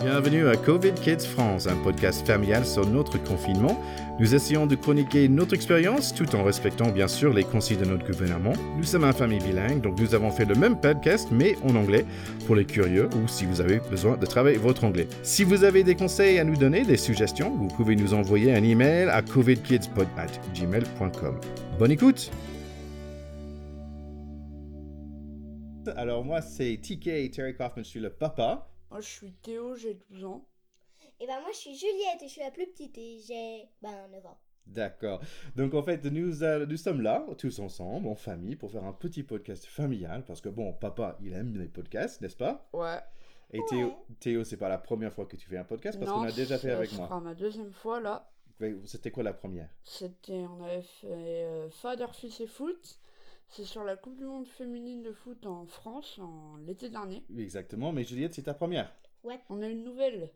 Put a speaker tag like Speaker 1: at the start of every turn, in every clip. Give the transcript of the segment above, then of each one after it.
Speaker 1: Bienvenue à Covid Kids France, un podcast familial sur notre confinement. Nous essayons de chroniquer notre expérience tout en respectant bien sûr les conseils de notre gouvernement. Nous sommes une famille bilingue, donc nous avons fait le même podcast mais en anglais pour les curieux ou si vous avez besoin de travailler votre anglais. Si vous avez des conseils à nous donner, des suggestions, vous pouvez nous envoyer un email à covidkidspod@gmail.com. Bonne écoute. Alors moi c'est TK Terry Kaufman, je suis le papa.
Speaker 2: Moi, je suis Théo, j'ai 12 ans.
Speaker 3: Et ben moi je suis Juliette et je suis la plus petite et j'ai ben 9 ans.
Speaker 1: D'accord. Donc en fait, nous, euh, nous sommes là, tous ensemble, en famille, pour faire un petit podcast familial, parce que bon, papa, il aime les podcasts, n'est-ce pas
Speaker 2: Ouais.
Speaker 1: Et Théo, Théo c'est pas la première fois que tu fais un podcast, parce
Speaker 2: Non,
Speaker 1: qu'on a déjà fait
Speaker 2: ça
Speaker 1: avec
Speaker 2: sera
Speaker 1: moi.
Speaker 2: ma deuxième fois là.
Speaker 1: Mais C'était quoi la première
Speaker 2: C'était, on avait fait euh, Father, Fils et Foot. C'est sur la Coupe du Monde féminine de foot en France, en l'été dernier.
Speaker 1: Oui, Exactement, mais Juliette, c'est ta première.
Speaker 2: On a une nouvelle.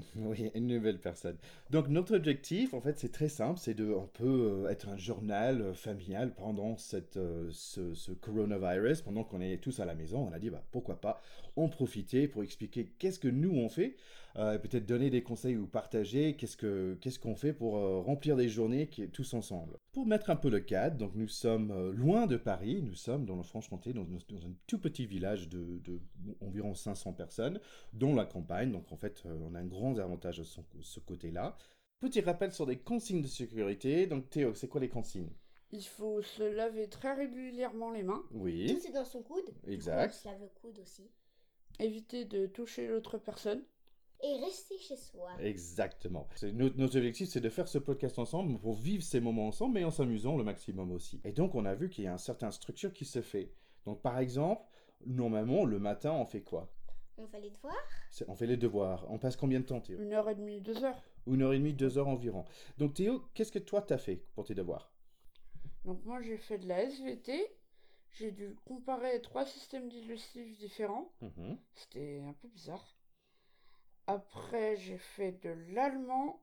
Speaker 1: Oui, une nouvelle personne. Donc notre objectif, en fait, c'est très simple, c'est de, on peut euh, être un journal euh, familial pendant cette, euh, ce, ce coronavirus, pendant qu'on est tous à la maison. On a dit, bah, pourquoi pas en profiter pour expliquer qu'est-ce que nous on fait, euh, et peut-être donner des conseils ou partager qu'est-ce que qu'est-ce qu'on fait pour euh, remplir des journées qui, tous ensemble. Pour mettre un peu le cadre, donc nous sommes euh, loin de Paris, nous sommes dans le Franche-Comté, dans, dans- dans un tout petit village de, de environ 500 personnes dont la campagne. Donc en fait, euh, on a un grand avantage de son- ce côté-là. Petit rappel sur des consignes de sécurité. Donc Théo, c'est quoi les consignes
Speaker 2: Il faut se laver très régulièrement les mains,
Speaker 3: Tout
Speaker 1: Oui,
Speaker 3: c'est dans son coude. On
Speaker 1: exact.
Speaker 3: se lave le coude aussi.
Speaker 2: éviter de toucher l'autre personne.
Speaker 3: Et rester chez soi.
Speaker 1: Exactement. C'est- Notre, notre objectif, c'est de faire ce podcast ensemble pour vivre ces moments ensemble, mais en s'amusant le maximum aussi. Et donc, on a vu qu'il y a une certaine structure qui se fait. Donc, par exemple, normalement, le matin, on fait quoi
Speaker 3: On fait les devoirs.
Speaker 1: C'est- On fait les devoirs. On passe combien de temps, Théo
Speaker 2: Une heure et demie, deux heures.
Speaker 1: Une heure et demie, deux heures environ. Donc, Théo, qu'est-ce que toi, t'as fait pour tes devoirs
Speaker 2: Donc moi, j'ai fait de la SVT. J'ai dû comparer trois systèmes digestifs différents.
Speaker 1: Mhm.
Speaker 2: C'était un peu bizarre. Après, j'ai fait de l'allemand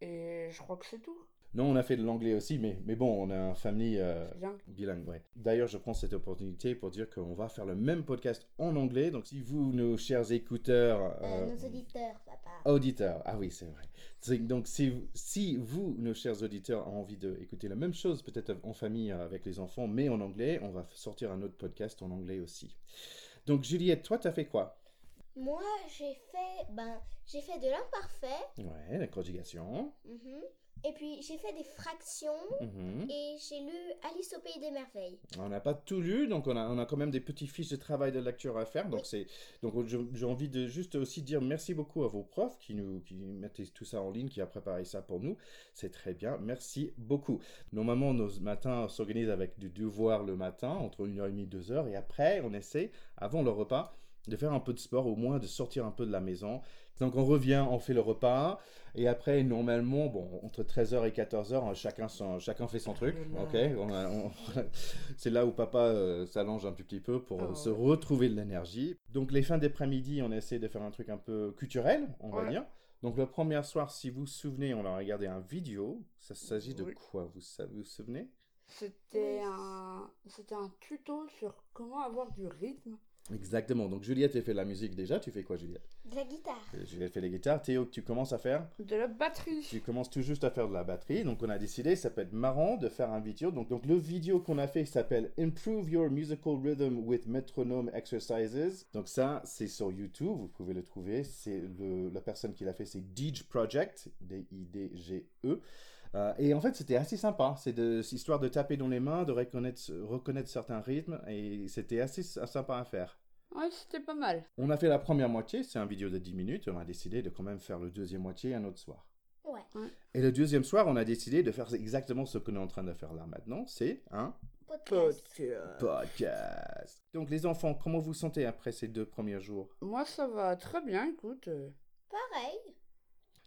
Speaker 2: et je crois que c'est tout.
Speaker 1: Non, on a fait de l'anglais aussi, mais, mais bon, on a un famille euh,
Speaker 2: Bien.
Speaker 1: bilingue, ouais. D'ailleurs, je prends cette opportunité pour dire qu'on va faire le même podcast en anglais. Donc, si vous, nos chers écouteurs...
Speaker 3: Euh,
Speaker 1: euh,
Speaker 3: nos auditeurs, papa.
Speaker 1: Auditeurs, ah oui, c'est vrai. C'est- Donc, si, vous- si vous, nos chers auditeurs, avez envie d'écouter la même chose, peut-être en famille euh, avec les enfants, mais en anglais, on va sortir un autre podcast en anglais aussi. Donc, Juliette, toi, t'as fait quoi
Speaker 3: Moi j'ai fait ben j'ai fait de l'imparfait.
Speaker 1: Ouais, la conjugation.
Speaker 3: Mhm. Et puis j'ai fait des fractions.
Speaker 1: Mhm.
Speaker 3: Et j'ai lu Alice au pays des merveilles.
Speaker 1: On n'a pas tout lu, donc on a, on a quand même des petits fiches de travail de lecture à faire. Donc, c'est, donc je- j'ai envie de juste aussi dire merci beaucoup à vos profs qui nous qui mettent tout ça en ligne, qui a préparé ça pour nous. C'est très bien, merci beaucoup. Normalement, nos matins s'organisent avec du devoir le matin, entre 1h30 et 2h, et après, on essaie, avant le repas, de faire un peu de sport, au moins de sortir un peu de la maison. Donc on revient, on fait le repas, et après, normalement, bon, entre 13h et 14h, chacun, son- chacun fait son truc,
Speaker 2: Oh
Speaker 1: ok
Speaker 2: là
Speaker 1: On a- on- C'est là où papa euh, s'allonge un tout petit peu pour euh,
Speaker 2: Ah
Speaker 1: se
Speaker 2: ouais.
Speaker 1: retrouver de l'énergie. Donc les fins d'après-midi, on essaie de faire un truc un peu culturel, on va
Speaker 2: Ouais.
Speaker 1: dire. Donc le premier soir, si vous vous souvenez, on a regardé un vidéo. Ça s'agit de
Speaker 2: Oui.
Speaker 1: quoi vous, sa- vous vous souvenez
Speaker 2: C'était
Speaker 3: Oui.
Speaker 2: un, c'était un tuto sur comment avoir du rythme.
Speaker 1: Exactement. Donc Juliette a fait la musique déjà. Tu fais quoi, Juliette
Speaker 3: De la guitare.
Speaker 1: Euh, Juliette fait les guitares. Théo, tu commences à faire
Speaker 2: De la batterie.
Speaker 1: Tu commences tout juste à faire de la batterie. Donc on a décidé, ça peut être marrant de faire un vidéo. Donc, donc le vidéo qu'on a fait s'appelle Improve Your Musical Rhythm with Metronome Exercises. Donc ça, c'est sur YouTube, vous pouvez le trouver. C'est le- la personne qui l'a fait, c'est Dij Project, D-I-D-G-E. Euh, et en fait, c'était assez sympa. C'est de- c'est histoire de taper dans les mains, de reconnaître, reconnaître certains rythmes. Et c'était assez s- sympa à faire.
Speaker 2: Ouais, c'était pas mal.
Speaker 1: On a fait la première moitié, c'est un vidéo de 10 minutes. On a décidé de quand même faire le deuxième moitié un autre soir.
Speaker 3: Ouais.
Speaker 1: Et le deuxième soir, on a décidé de faire exactement ce qu'on est en train de faire là maintenant, c'est un
Speaker 3: Podcast.
Speaker 1: podcast. Donc les enfants, comment vous sentez après ces deux premiers jours
Speaker 2: Moi, ça va très bien, écoute. euh,
Speaker 3: Pareil.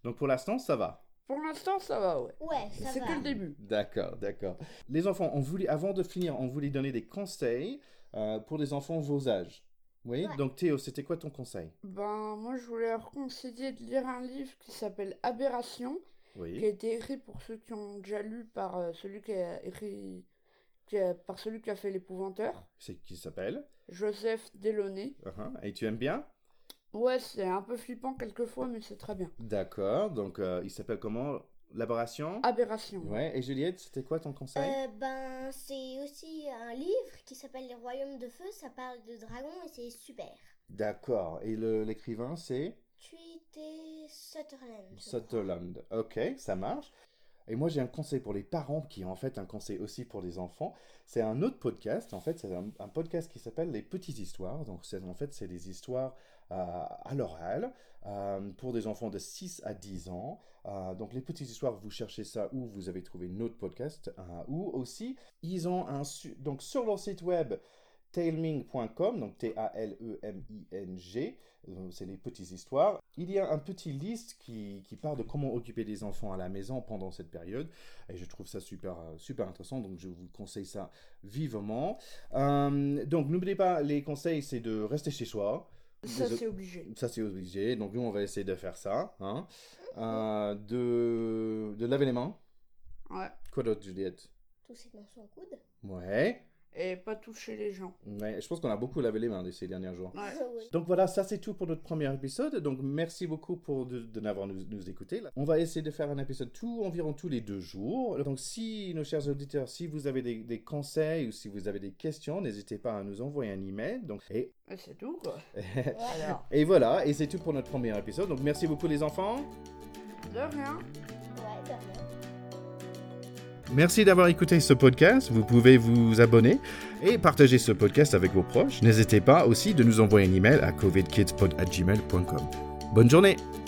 Speaker 1: Donc pour l'instant, ça va.
Speaker 2: Pour l'instant, ça va, ouais.
Speaker 3: Ouais, ça
Speaker 2: C'est
Speaker 3: va.
Speaker 2: que le début.
Speaker 1: D'accord, d'accord. Les enfants, on voulait, avant de finir, on voulait donner des conseils euh, pour des enfants vos âges. Oui,
Speaker 3: Ouais.
Speaker 1: donc Théo, c'était quoi ton conseil
Speaker 2: Ben, moi, je voulais leur conseiller de lire un livre qui s'appelle Aberration, qui a
Speaker 1: Oui.
Speaker 2: été écrit pour ceux qui ont déjà lu par euh, celui qui a écrit, qui a- par celui qui a fait l'épouvanteur,
Speaker 1: C'est qui s'appelle
Speaker 2: Joseph Delaunay.
Speaker 1: Uh-huh. Et tu aimes bien
Speaker 2: Ouais, c'est un peu flippant quelquefois, mais c'est très bien.
Speaker 1: D'accord, donc euh, il s'appelle comment L'aberration
Speaker 2: Ah. Aberration.
Speaker 1: Ouais, et Juliette, c'était quoi ton conseil
Speaker 3: Euh, ben, c'est aussi un livre qui s'appelle Les Royaumes de Feu. Ça parle de dragons et c'est super.
Speaker 1: D'accord, et le- l'écrivain c'est
Speaker 3: Tweety Sutherland. je
Speaker 1: Sutherland. Ok, ça marche. Et moi j'ai un conseil pour les parents qui est en fait un conseil aussi pour les enfants. C'est un autre podcast, en fait c'est un, un podcast qui s'appelle Les Petites Histoires. Donc c'est- en fait c'est des histoires euh, à l'oral euh, pour des enfants de 6 à 10 ans. Euh, donc les Petites Histoires, vous cherchez ça où vous avez trouvé notre podcast euh, ou aussi ils ont un su- donc sur leur site web tailming.com, donc E T-A-L-E-M-I-N-G, euh, c'est les petites histoires. Il y a un petit liste qui, qui parle de comment occuper les enfants à la maison pendant cette période, et je trouve ça super, euh, super intéressant, donc je vous conseille ça vivement. Euh, donc n'oubliez pas, les conseils, c'est de rester chez soi.
Speaker 2: Ça,
Speaker 1: Désolé.
Speaker 2: c'est obligé.
Speaker 1: Ça, c'est obligé. Donc, nous, on va essayer de faire ça. hein. Euh, de, de laver les mains.
Speaker 2: Ouais.
Speaker 1: Quoi d'autre, Juliette
Speaker 3: Tous ces dans son coude.
Speaker 1: Ouais.
Speaker 2: Et pas toucher les gens.
Speaker 1: Ouais, Je pense qu'on a beaucoup lavé les mains de ces derniers jours.
Speaker 2: Ouais.
Speaker 3: Oui.
Speaker 1: Donc voilà, ça c'est tout pour notre premier épisode. Donc merci beaucoup pour de, de n'avoir nous, nous écouté. là. On va essayer de faire un épisode tout environ tous les deux jours. Donc si nos chers auditeurs, si vous avez des, des conseils ou si vous avez des questions, n'hésitez pas à nous envoyer un email. Donc et,
Speaker 2: Et c'est tout, quoi.
Speaker 3: Ouais.
Speaker 2: Alors,
Speaker 1: et voilà, et c'est tout pour notre premier épisode. Donc merci beaucoup les enfants.
Speaker 2: de rien.
Speaker 3: Ouais, de rien.
Speaker 1: Merci d'avoir écouté ce podcast. Vous pouvez vous abonner et partager ce podcast avec vos proches. N'hésitez pas aussi de nous envoyer un email à covidkidspod@gmail.com. Bonne journée.